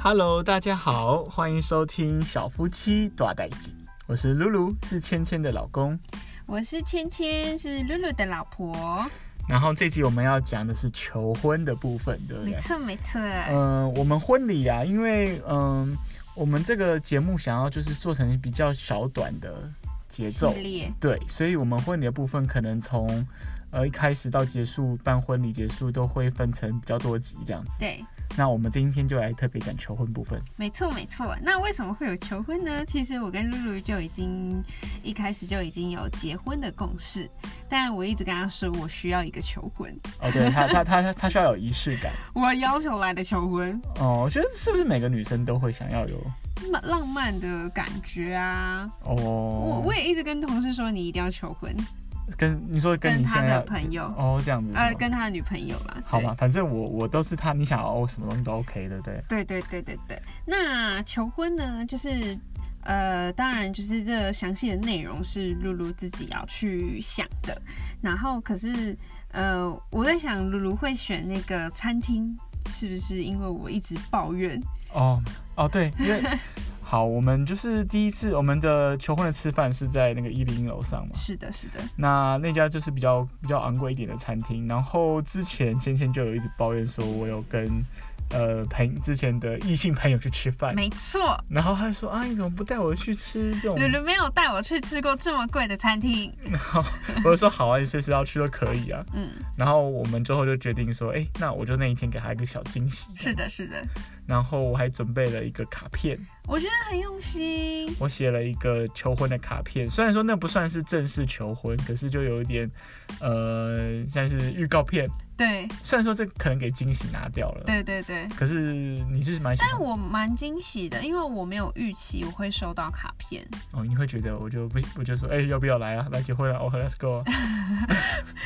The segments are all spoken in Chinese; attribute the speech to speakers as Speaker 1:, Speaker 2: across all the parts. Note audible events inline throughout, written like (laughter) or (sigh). Speaker 1: Hello，大家好，欢迎收听《小夫妻大代记》，我是露露，是芊芊的老公。
Speaker 2: 我是芊芊，是露露的老婆。
Speaker 1: 然后这集我们要讲的是求婚的部分，对不
Speaker 2: 没
Speaker 1: 对？
Speaker 2: 错，没错。
Speaker 1: 嗯、我们婚礼啊，因为嗯、我们这个节目想要就是做成比较小短的节
Speaker 2: 系
Speaker 1: 奏，
Speaker 2: 列
Speaker 1: 对，所以我们婚礼的部分可能从呃一开始到结束办婚礼结束都会分成比较多集这样子。
Speaker 2: 对，
Speaker 1: 那我们今天就来特别讲求婚部分。
Speaker 2: 没错，没错。那为什么会有求婚呢？其实我跟露露就已经一开始就已经有结婚的共识，但我一直跟她说我需要一个求婚，
Speaker 1: 哦，对他他他他他需要有仪式感。
Speaker 2: 我要求来的求婚，
Speaker 1: 哦，我觉得是不是每个女生都会想要有？
Speaker 2: 浪浪漫的感觉啊。
Speaker 1: 哦，
Speaker 2: 我
Speaker 1: 我
Speaker 2: 我也一直跟同事说你一定要求婚，
Speaker 1: 跟你说跟
Speaker 2: 跟
Speaker 1: 你
Speaker 2: 他
Speaker 1: 现在
Speaker 2: 的
Speaker 1: 要
Speaker 2: 朋友
Speaker 1: 哦这样子是吗
Speaker 2: 呃，跟他的女朋友啦。
Speaker 1: 好
Speaker 2: 对
Speaker 1: 吧，反正我我都是他，你想要我哦什么东西都 OK 的，对。
Speaker 2: 对对对对对。那求婚呢，就是呃，当然就是这详细的内容是露露自己要去想的。然后可是呃，我在想露露会选那个餐厅，是不是因为我一直抱怨？
Speaker 1: 哦哦对，
Speaker 2: (laughs)
Speaker 1: 因为好，我们就是第一次我们的求婚的吃饭是在那个一零楼上嘛，
Speaker 2: 是的，是的，
Speaker 1: 那那家就是比较比较昂贵一点的餐厅。然后之前芊芊就有一直抱怨说，我有跟呃朋之前的异性朋友去吃饭，
Speaker 2: 没错。
Speaker 1: 然后他就说啊你怎么不带我去吃这种
Speaker 2: (laughs) 露露没有带我去吃过这么贵的餐厅，
Speaker 1: 我就说好啊，你随时要去都可以啊。
Speaker 2: 嗯，
Speaker 1: 然后我们最后就决定说，哎、那我就那一天给他一个小惊喜。
Speaker 2: 是的，。是的，
Speaker 1: 然后我还准备了一个卡片，
Speaker 2: 我觉得很用心，
Speaker 1: 我写了一个求婚的卡片。虽然说那不算是正式求婚，可是就有一点，呃，像是预告片。
Speaker 2: 对，
Speaker 1: 虽然说这可能给惊喜拿掉了，
Speaker 2: 对对对。
Speaker 1: 可是你是蛮喜
Speaker 2: 但
Speaker 1: 欢
Speaker 2: 我蛮惊喜的，因为我没有预期我会收到卡片，
Speaker 1: 哦，你会觉得我就不我就说，哎、要不要来啊？来结婚了、哦、，Let's go
Speaker 2: (laughs)
Speaker 1: 啊。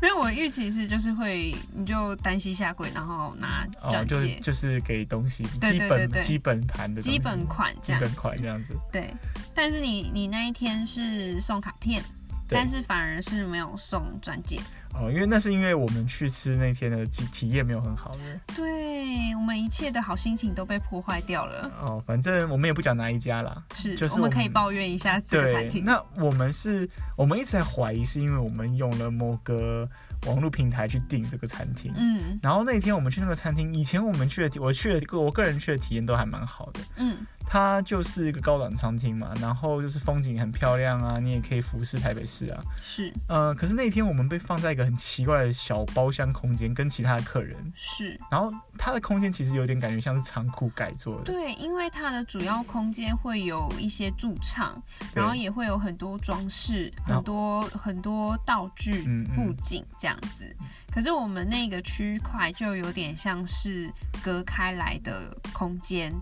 Speaker 2: 没有，我预期是就是会，你就单膝下跪，然后拿
Speaker 1: 哦，
Speaker 2: 钻
Speaker 1: 就
Speaker 2: 戒、
Speaker 1: 就是给东西，
Speaker 2: 对
Speaker 1: 基
Speaker 2: 对对
Speaker 1: 本
Speaker 2: 对
Speaker 1: 基本盘的东西
Speaker 2: 基本款这
Speaker 1: 基
Speaker 2: 样
Speaker 1: 本
Speaker 2: 子。
Speaker 1: 款这样子。
Speaker 2: 对，但是你你那一天是送卡片，
Speaker 1: 对
Speaker 2: 但是反而是没有送钻戒。
Speaker 1: 哦，因为那是因为我们去吃那天的体体验没有很好
Speaker 2: 嗯
Speaker 1: 的
Speaker 2: 对我们一切的好心情都被破坏掉了。
Speaker 1: 哦，反正我们也不讲哪一家啦。
Speaker 2: 是，
Speaker 1: 就是我
Speaker 2: 我
Speaker 1: 们
Speaker 2: 们可以抱怨一下这个餐
Speaker 1: 对，
Speaker 2: 厅。
Speaker 1: 那我们是，我们一直在怀疑，是因为我们用了某个网络平台去订这个餐厅。
Speaker 2: 嗯
Speaker 1: 然后那天我们去那个餐厅，以前我们去的体，我去的个我个人去的体验都还蛮好的。
Speaker 2: 嗯，
Speaker 1: 它就是一个高档餐厅嘛，然后就是风景很漂亮啊，你也可以服侍台北市啊。
Speaker 2: 是
Speaker 1: 呃，可是那天我们被放在一个很奇怪的小包厢空间，跟其他的客人，
Speaker 2: 是，
Speaker 1: 然后它的空间其实有点感觉像是仓库改做的，
Speaker 2: 对，因为它的主要空间会有一些驻唱，然后
Speaker 1: 对
Speaker 2: 也会有很多装饰，
Speaker 1: 然
Speaker 2: 很
Speaker 1: 后
Speaker 2: 多很多道具、
Speaker 1: 嗯嗯
Speaker 2: 布景这样子。可是我们那个区块就有点像是隔开来的空间，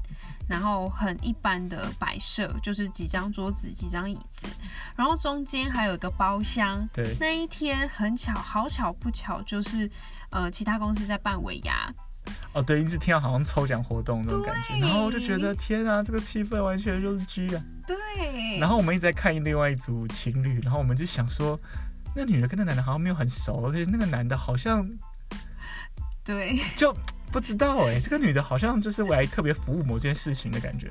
Speaker 2: 然后很一般的摆设，就是几张桌子、几张椅子，然后中间还有一个包厢。
Speaker 1: 对
Speaker 2: 那一天很巧，好巧不巧，就是呃，其他公司在办尾牙，
Speaker 1: 哦，对，一直听到好像抽奖活动那种感觉，
Speaker 2: 对
Speaker 1: 然后我就觉得天啊，这个气氛完全就是 G 啊。
Speaker 2: 对，
Speaker 1: 然后我们一直在看另外一组情侣，然后我们就想说，那女的跟那男的好像没有很熟，而且那个男的好像
Speaker 2: 对。
Speaker 1: 就不知道
Speaker 2: (laughs)
Speaker 1: 哎、这个女的好像就是我来特别服务某件事情的感觉，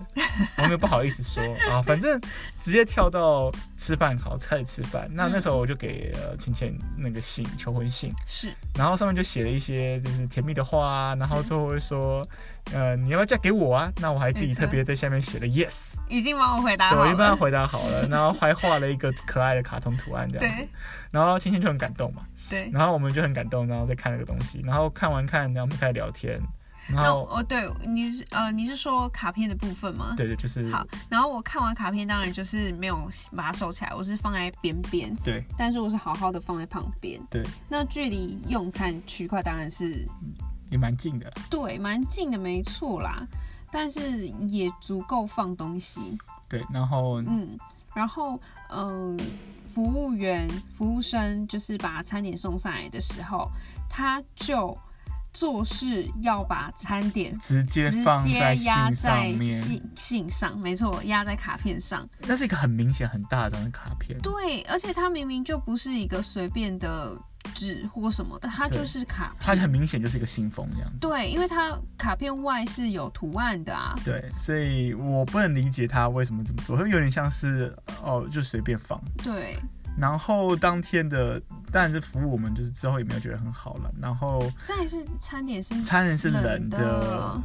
Speaker 1: 我们也不好意思说啊，反正直接跳到吃饭好，开始吃饭。那
Speaker 2: 嗯
Speaker 1: 那时候我就给呃芊芊那个信，求婚信。
Speaker 2: 是
Speaker 1: 然后上面就写了一些就是甜蜜的话啊，然后最后会说，呃，你要不要嫁给我啊？那我还自己
Speaker 2: 没错
Speaker 1: 特别在下面写了 yes，
Speaker 2: 已经帮我回答
Speaker 1: 对
Speaker 2: 好
Speaker 1: 我一般
Speaker 2: 了。
Speaker 1: 回答好了，然后还画了一个可爱的卡通图案这样子
Speaker 2: 对，
Speaker 1: 然后芊芊就很感动嘛，
Speaker 2: 对，
Speaker 1: 然后我们就很感动，然后再看那个东西，然后看完看，然后我们开始聊天，然
Speaker 2: 那
Speaker 1: 后
Speaker 2: 我哦对你是呃你是说卡片的部分吗？
Speaker 1: 对对就是
Speaker 2: 好，然后我看完卡片，当然就是没有把它收起来，我是放在边边，
Speaker 1: 对
Speaker 2: 但是我是好好的放在旁边。
Speaker 1: 对，
Speaker 2: 那距离用餐区块当然是
Speaker 1: 也蛮近的啦，
Speaker 2: 对蛮近的，没错啦，但是也足够放东西。
Speaker 1: 对，然后
Speaker 2: 嗯，然后呃，服务员、服务生就是把餐点送上来的时候，他就做事要把餐点
Speaker 1: 直接
Speaker 2: 直
Speaker 1: 放在
Speaker 2: 接
Speaker 1: 信
Speaker 2: 压
Speaker 1: 上
Speaker 2: 在
Speaker 1: 面，
Speaker 2: 信信上，没错，压在卡片上。
Speaker 1: 那是一个很明显很大张的卡片，
Speaker 2: 对，而且它明明就不是一个随便的纸或什么的，它就
Speaker 1: 对
Speaker 2: 是卡
Speaker 1: 它
Speaker 2: 片。
Speaker 1: 很明显就是一个信封这样子。
Speaker 2: 对，因为它卡片外是有图案的啊。
Speaker 1: 对，所以我不能理解他为什么这么做，会有点像是哦，就随便放。
Speaker 2: 对，
Speaker 1: 然后当天的，当然是服务我们，就是之后也没有觉得很好了。然后
Speaker 2: 再来是餐点是，
Speaker 1: 餐人是冷
Speaker 2: 冷
Speaker 1: 的，
Speaker 2: 的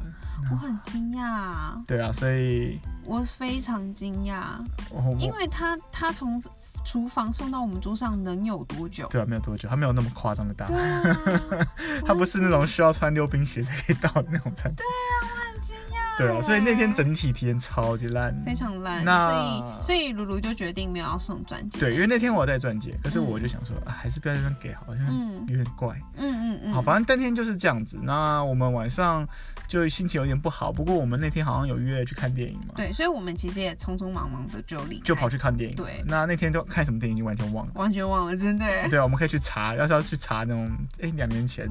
Speaker 2: 我很惊讶，
Speaker 1: 对啊，所以
Speaker 2: 我非常惊讶，
Speaker 1: 我
Speaker 2: 因
Speaker 1: 我
Speaker 2: 为它它从厨房送到我们桌上能有
Speaker 1: (laughs)
Speaker 2: 多久？
Speaker 1: 对啊，没有多久，他没有那么夸张的大
Speaker 2: 对，啊，我
Speaker 1: 他不是那种需要穿溜冰鞋才可以到的那种餐厅。
Speaker 2: 啊很惊讶。
Speaker 1: 对啊，所以那天整体体验超级烂，
Speaker 2: 非常烂，
Speaker 1: 那
Speaker 2: 所以所以鲁鲁就决定没有要送专辑。
Speaker 1: 对，因为那天我有带钻戒，可是
Speaker 2: 嗯
Speaker 1: 我就想说，啊、还是不要这样给好，好像
Speaker 2: 嗯
Speaker 1: 有点怪。
Speaker 2: 嗯嗯嗯，
Speaker 1: 好，反正当天就是这样子。那我们晚上就心情有点不好，不过我们那天好像有约去看电影嘛，
Speaker 2: 对，所以我们其实也匆匆忙忙的就离开，
Speaker 1: 就跑去看电影。
Speaker 2: 对嗯
Speaker 1: 那那天都看什么电影已经完全忘了。
Speaker 2: 完全忘了，真的耶。
Speaker 1: 对啊，我们可以去查，要是要去查那种，哎、两年前，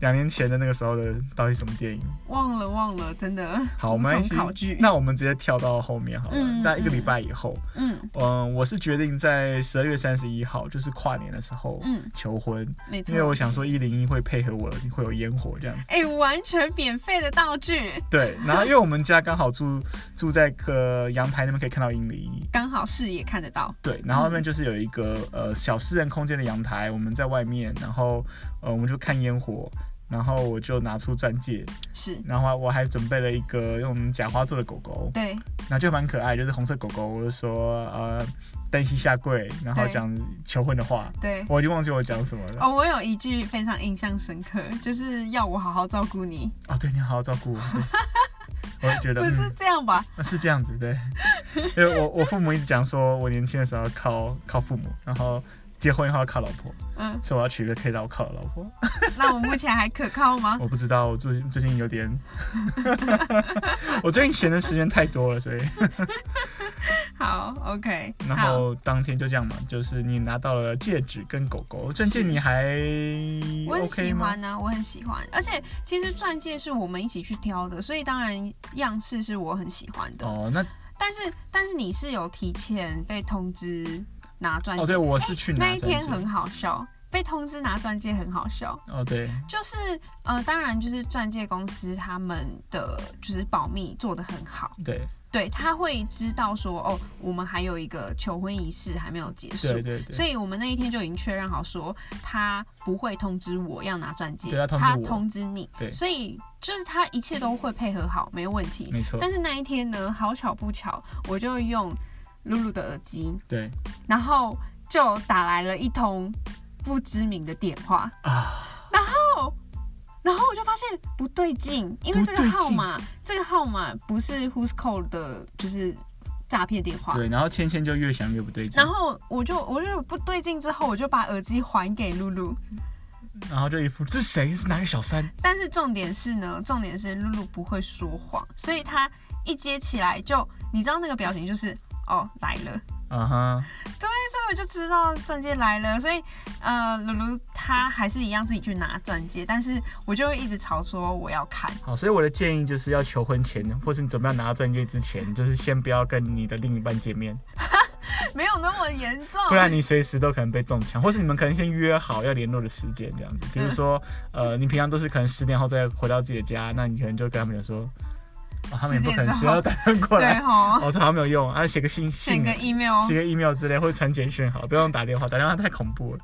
Speaker 1: 两年前的那个时候的到底什么电影？
Speaker 2: 忘了忘了，真的。
Speaker 1: 好，我
Speaker 2: 无
Speaker 1: 们
Speaker 2: 从
Speaker 1: 一起
Speaker 2: 考据。
Speaker 1: 那我们直接跳到后面好了，
Speaker 2: 嗯
Speaker 1: 大概一个
Speaker 2: 嗯
Speaker 1: 礼拜以后，
Speaker 2: 嗯
Speaker 1: 嗯，我是决定在十二月三十一号，就是跨年的时候，
Speaker 2: 嗯，
Speaker 1: 求婚，
Speaker 2: 没
Speaker 1: 因为
Speaker 2: 错
Speaker 1: 我。想说一零一会配合我会有烟火这样子。
Speaker 2: 哎、完全免费的道具，
Speaker 1: 对，然后因为我们家刚好住住在个阳台那边可以看到一零一，
Speaker 2: 刚好视野看得到。
Speaker 1: 对，然后那边就是有一个呃小私人空间的阳台，我们在外面，然后呃我们就看烟火。然后我就拿出钻戒，
Speaker 2: 是，
Speaker 1: 然后我还准备了一个用假花做的狗狗，
Speaker 2: 对，
Speaker 1: 然后就蛮可爱，就是红色狗狗。我就说呃，单膝下跪，然后
Speaker 2: 对
Speaker 1: 讲求婚的话，
Speaker 2: 对。
Speaker 1: 我已经忘记我讲什么了。
Speaker 2: 哦，我有一句非常印象深刻，就是要我好好照顾你，
Speaker 1: 哦，对你好好照顾我。
Speaker 2: (laughs)
Speaker 1: 对我也觉得
Speaker 2: 不是
Speaker 1: 嗯
Speaker 2: 这样吧？
Speaker 1: 那是这样子，对， (laughs) 因为我我父母一直讲说，我年轻的时候要靠靠父母，然后结婚以后要靠老婆，
Speaker 2: 嗯，
Speaker 1: 所以我要娶一个可以让我靠的老婆。
Speaker 2: 那我目前还可靠吗？
Speaker 1: 我不知道，我最近最近有
Speaker 2: (laughs)
Speaker 1: 点， (laughs) 我最近闲的时间太多了，所
Speaker 2: (laughs)
Speaker 1: 以
Speaker 2: 好，OK，
Speaker 1: 然
Speaker 2: 好，
Speaker 1: 后当天就这样嘛，就是你拿到了戒指跟狗狗证件，你还
Speaker 2: 我很
Speaker 1: OK
Speaker 2: 喜
Speaker 1: 吗？
Speaker 2: 欢呢、啊我很喜欢，而且其实钻戒是我们一起去挑的，所以当然样式是我很喜欢的。
Speaker 1: 哦，那
Speaker 2: 但是但是你是有提前被通知拿钻戒，
Speaker 1: 哦对，我是去拿
Speaker 2: 啊哎那一
Speaker 1: 钻
Speaker 2: 天
Speaker 1: 戒
Speaker 2: 很好笑，被通知拿钻戒很好笑。
Speaker 1: 哦对，
Speaker 2: 就是呃，当然就是钻戒公司他们的就是保密做得很好，
Speaker 1: 对
Speaker 2: 对他会知道说哦，我们还有一个求婚仪式还没有结束
Speaker 1: 对。对对，
Speaker 2: 所以我们那一天就已经确认好说，他不会通知我要拿钻戒，
Speaker 1: 对他通知我
Speaker 2: 通知你，
Speaker 1: 对
Speaker 2: 所以就是他一切都会配合好，没问题。
Speaker 1: 没错，
Speaker 2: 但是那一天呢，好巧不巧，我就用露露的耳机，
Speaker 1: 对
Speaker 2: 然后就打来了一通不知名的电话，
Speaker 1: 啊，
Speaker 2: 然后我就发现不对劲，因为
Speaker 1: 不
Speaker 2: 这
Speaker 1: 对劲
Speaker 2: 个号码，这个号码不是 Who's Call 的，就是诈骗电话。
Speaker 1: 对，然后芊芊就越想越不对劲
Speaker 2: 然，后我就我就不对劲，之后我就把耳机还给露露。
Speaker 1: 然后就一副这是谁？是哪个小三？
Speaker 2: 但是重点是呢，重点是露露不会说谎，所以她一接起来就，你知道那个表情就是哦来了，
Speaker 1: 啊哈，
Speaker 2: 所以我就知道钻戒来了。所以呃，露露她还是一样自己去拿钻戒，但是我就会一直吵说我要看。 (laughs)
Speaker 1: 好，所以我的建议就是要求婚前，或是你准备要拿到钻戒之前，就是先不要跟你的另一半见面，
Speaker 2: 哦没有那么严重。
Speaker 1: 不然你随时都可能被中枪，或是你们可能先约好要联络的时间这样子。比如
Speaker 2: (laughs)
Speaker 1: 说，呃，你平常都是可能十点后再回到自己的家，那你可能就跟他们讲说，啊，他们也不可能
Speaker 2: 10
Speaker 1: 十
Speaker 2: 点之后
Speaker 1: 要打电话过
Speaker 2: 对
Speaker 1: 来， (laughs)
Speaker 2: 吼，
Speaker 1: 哦，他好没有用，啊，写个信
Speaker 2: 写
Speaker 1: 信
Speaker 2: 个
Speaker 1: 啊，
Speaker 2: email
Speaker 1: 写个 email 之类，或者传简讯好，不要用打电话，打电话太恐怖
Speaker 2: (laughs)
Speaker 1: 了。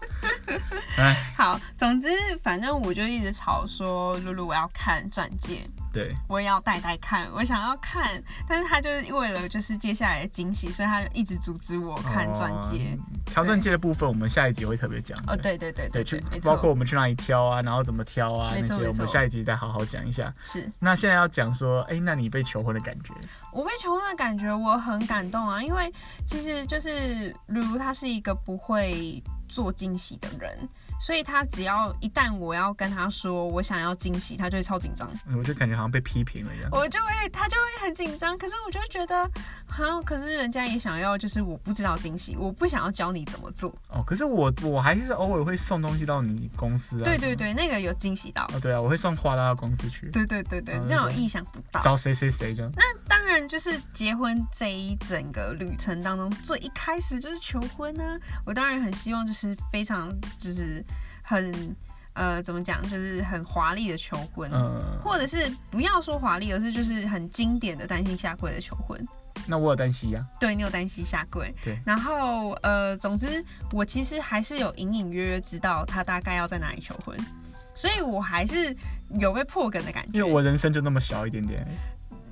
Speaker 1: 哎，
Speaker 2: 好。总之，反正我就一直吵说，露露我要看钻戒，
Speaker 1: 对，
Speaker 2: 我也要戴戴看，我想要看。但是他就是为了就是接下来的惊喜，所以他就一直阻止我看钻戒。
Speaker 1: 哦。挑钻戒的部分，我们下一集会特别讲。
Speaker 2: 哦，对对对
Speaker 1: 对，
Speaker 2: 对
Speaker 1: 去，
Speaker 2: 没
Speaker 1: 包括
Speaker 2: 错，
Speaker 1: 我们去哪里挑啊，然后怎么挑啊
Speaker 2: 没
Speaker 1: 那
Speaker 2: 错
Speaker 1: 些，
Speaker 2: 没
Speaker 1: 我们
Speaker 2: 错
Speaker 1: 下一集再好好讲一下。
Speaker 2: 是
Speaker 1: 那现在要讲说，哎、那你被求婚的感觉，
Speaker 2: 我被求婚的感觉，我很感动啊，因为其实就是露露她是一个不会做惊喜的人。所以她只要一旦我要跟她说我想要惊喜，她就会超紧张。
Speaker 1: 嗯我就感觉好像被批评了一样。
Speaker 2: 我就会他就会很紧张，可是我就觉得，好，可是人家也想要，就是我不知道惊喜，我不想要教你怎么做。
Speaker 1: 哦，可是我我还是偶尔会送东西到你公司啊。
Speaker 2: 对
Speaker 1: 什么
Speaker 2: 对。对，那个有惊喜到，
Speaker 1: 哦，对啊，我会送花到公司去，
Speaker 2: 对对对对
Speaker 1: 嗯，
Speaker 2: 那种意想不到。
Speaker 1: 找谁谁谁这样。
Speaker 2: 那当然就是结婚这一整个旅程当中，最一开始就是求婚啊，我当然很希望就是非常就是很呃怎么讲，就是很华丽的求婚，
Speaker 1: 嗯，
Speaker 2: 或者是不要说华丽，而是就是很经典的单膝下跪的求婚。
Speaker 1: 那我有啊单膝呀，
Speaker 2: 对，你有单膝下跪。
Speaker 1: 对
Speaker 2: 然后呃，总之我其实还是有隐隐约约知道他大概要在哪里求婚，所以我还是有被破梗的感觉。
Speaker 1: 因为我人生就那么小一点点，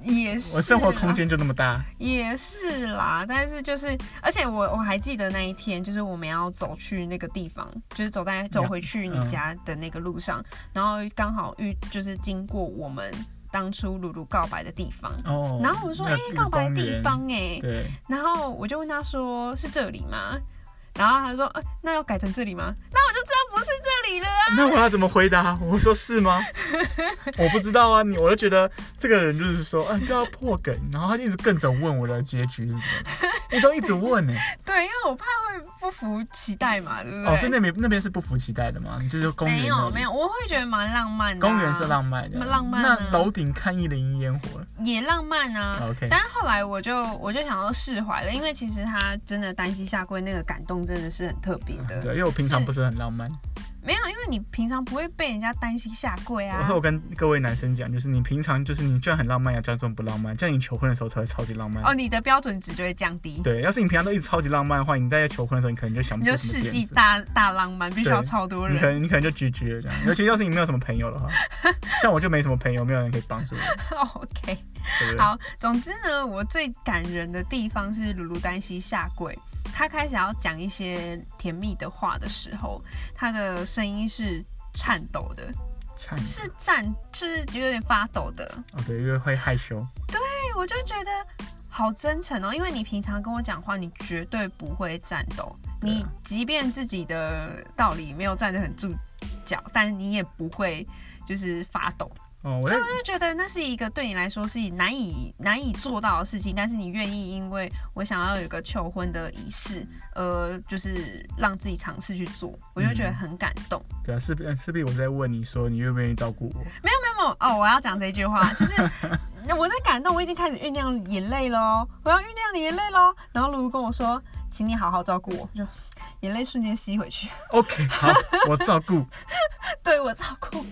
Speaker 2: 也是，啊
Speaker 1: 我生活空间就那么大，
Speaker 2: 也是啦，但是就是，而且我我还记得那一天，就是我们要走去那个地方，就是走在走回去你家的那个路上，然后刚好遇就是经过我们当初鲁鲁告白的地方，
Speaker 1: 哦，
Speaker 2: 然后我说，哎、
Speaker 1: 那个
Speaker 2: 告白的
Speaker 1: 公
Speaker 2: 地
Speaker 1: 园
Speaker 2: 方、哎，
Speaker 1: 对，
Speaker 2: 然后我就问他说是这里吗？然后他就说，呃，那要改成这里吗？那我就知道不是这里了啊。
Speaker 1: (laughs) 那我要怎么回答？我说是
Speaker 2: (laughs)
Speaker 1: 吗？我不知道啊，你我就觉得这个人就是说，啊，你不要破梗，然后他就一直跟着问我的结局是什么，你都一直问
Speaker 2: (laughs)
Speaker 1: 呢、
Speaker 2: 对，因为我怕会不服期待嘛，对不对？
Speaker 1: 哦，所以那边那边是不服期待的吗？你就是公园
Speaker 2: 没有没
Speaker 1: 有，
Speaker 2: 有，我会觉得蛮浪漫的啊、
Speaker 1: 公园是浪漫的，
Speaker 2: 浪漫啊
Speaker 1: 那楼顶看一零一烟火
Speaker 2: 也浪漫啊。
Speaker 1: ，OK，
Speaker 2: 但是后来我就我就想要释怀了，因为其实他真的单膝下跪那个感动真的是很特别的。
Speaker 1: 对，因为我平常
Speaker 2: 是
Speaker 1: 不是很浪漫，
Speaker 2: 没有，因为你平常不会被人家单膝下跪
Speaker 1: 我
Speaker 2: 啊
Speaker 1: 会。有跟各位男生讲，就是你平常就是你居然很浪漫，要装作不浪漫，这样你求婚的时候才会超级浪漫。
Speaker 2: 哦，你的标准值就会降低，
Speaker 1: 对，要是你平常都一直超级浪漫的话，你在求婚的时候，你可能就想不
Speaker 2: 你
Speaker 1: 出
Speaker 2: 就
Speaker 1: 什么
Speaker 2: 世
Speaker 1: 点
Speaker 2: 纪
Speaker 1: 子。
Speaker 2: 大大浪漫，必须要
Speaker 1: 对
Speaker 2: 超多
Speaker 1: 你可
Speaker 2: (laughs) 人。
Speaker 1: 能你可能就 GG 了这
Speaker 2: (laughs)
Speaker 1: 样，尤其要是你没有什么朋友的话，像我就没什么朋友，没有人可以帮助我，
Speaker 2: OK，
Speaker 1: 对不对？
Speaker 2: Oh, 好，总之呢，我最感人的地方是鲁鲁丹西下跪，他开始要讲一些甜蜜的话的时候，他的声音是颤抖的，
Speaker 1: 呛你
Speaker 2: 是颤，是有点发抖的。
Speaker 1: 哦，对，因为会害羞，
Speaker 2: 我就觉得好真诚哦，因为你平常跟我讲话，你绝对不会战斗，
Speaker 1: 对啊
Speaker 2: 你即便自己的道理没有站得很住脚，但你也不会就是发抖。
Speaker 1: 哦，
Speaker 2: (laughs)
Speaker 1: 我在
Speaker 2: 我就觉得那是一个对你来说是难以难以做到的事情，但是你愿意因为我想要有一个求婚的仪式，呃，就是让自己尝试去做，我就
Speaker 1: 嗯
Speaker 2: 觉得很感动。
Speaker 1: 对啊，势必势必我在问你说你愿不愿意照顾我，
Speaker 2: 那么哦，我要讲这句话，
Speaker 1: (laughs)
Speaker 2: 就是那我在感动，我已经开始酝酿眼泪喽，我要酝酿眼泪喽。然后卢卢跟我说，请你好好照顾我，我就眼泪瞬间吸回去， (laughs)
Speaker 1: OK，好，我照顾。
Speaker 2: 对我照顾。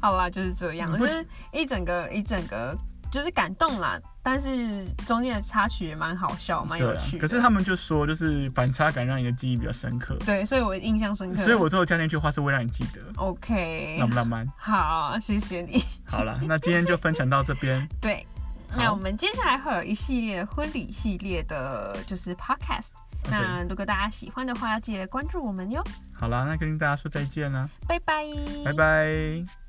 Speaker 2: 好啦，就是这样，就是一整个一整个就是感动啦，但是中间的插曲也蛮好笑，蛮有
Speaker 1: 对啊
Speaker 2: 趣，的。
Speaker 1: 可是他们就说，就是反差感让你的记忆比较深刻，
Speaker 2: 对，所以我印象深刻。
Speaker 1: 所以我最后加那句话是为了让你记得，
Speaker 2: OK，
Speaker 1: 浪不浪漫？
Speaker 2: 好，谢谢你。
Speaker 1: 好了，那今天就分享到这边，
Speaker 2: 对，
Speaker 1: 好
Speaker 2: 那我们接下来会有一系列婚礼系列的，就是 podcast。
Speaker 1: OK
Speaker 2: 那如果大家喜欢的话，要记得关注我们哟，
Speaker 1: 好啦，那跟大家说再见啦，
Speaker 2: 拜拜，
Speaker 1: 拜拜。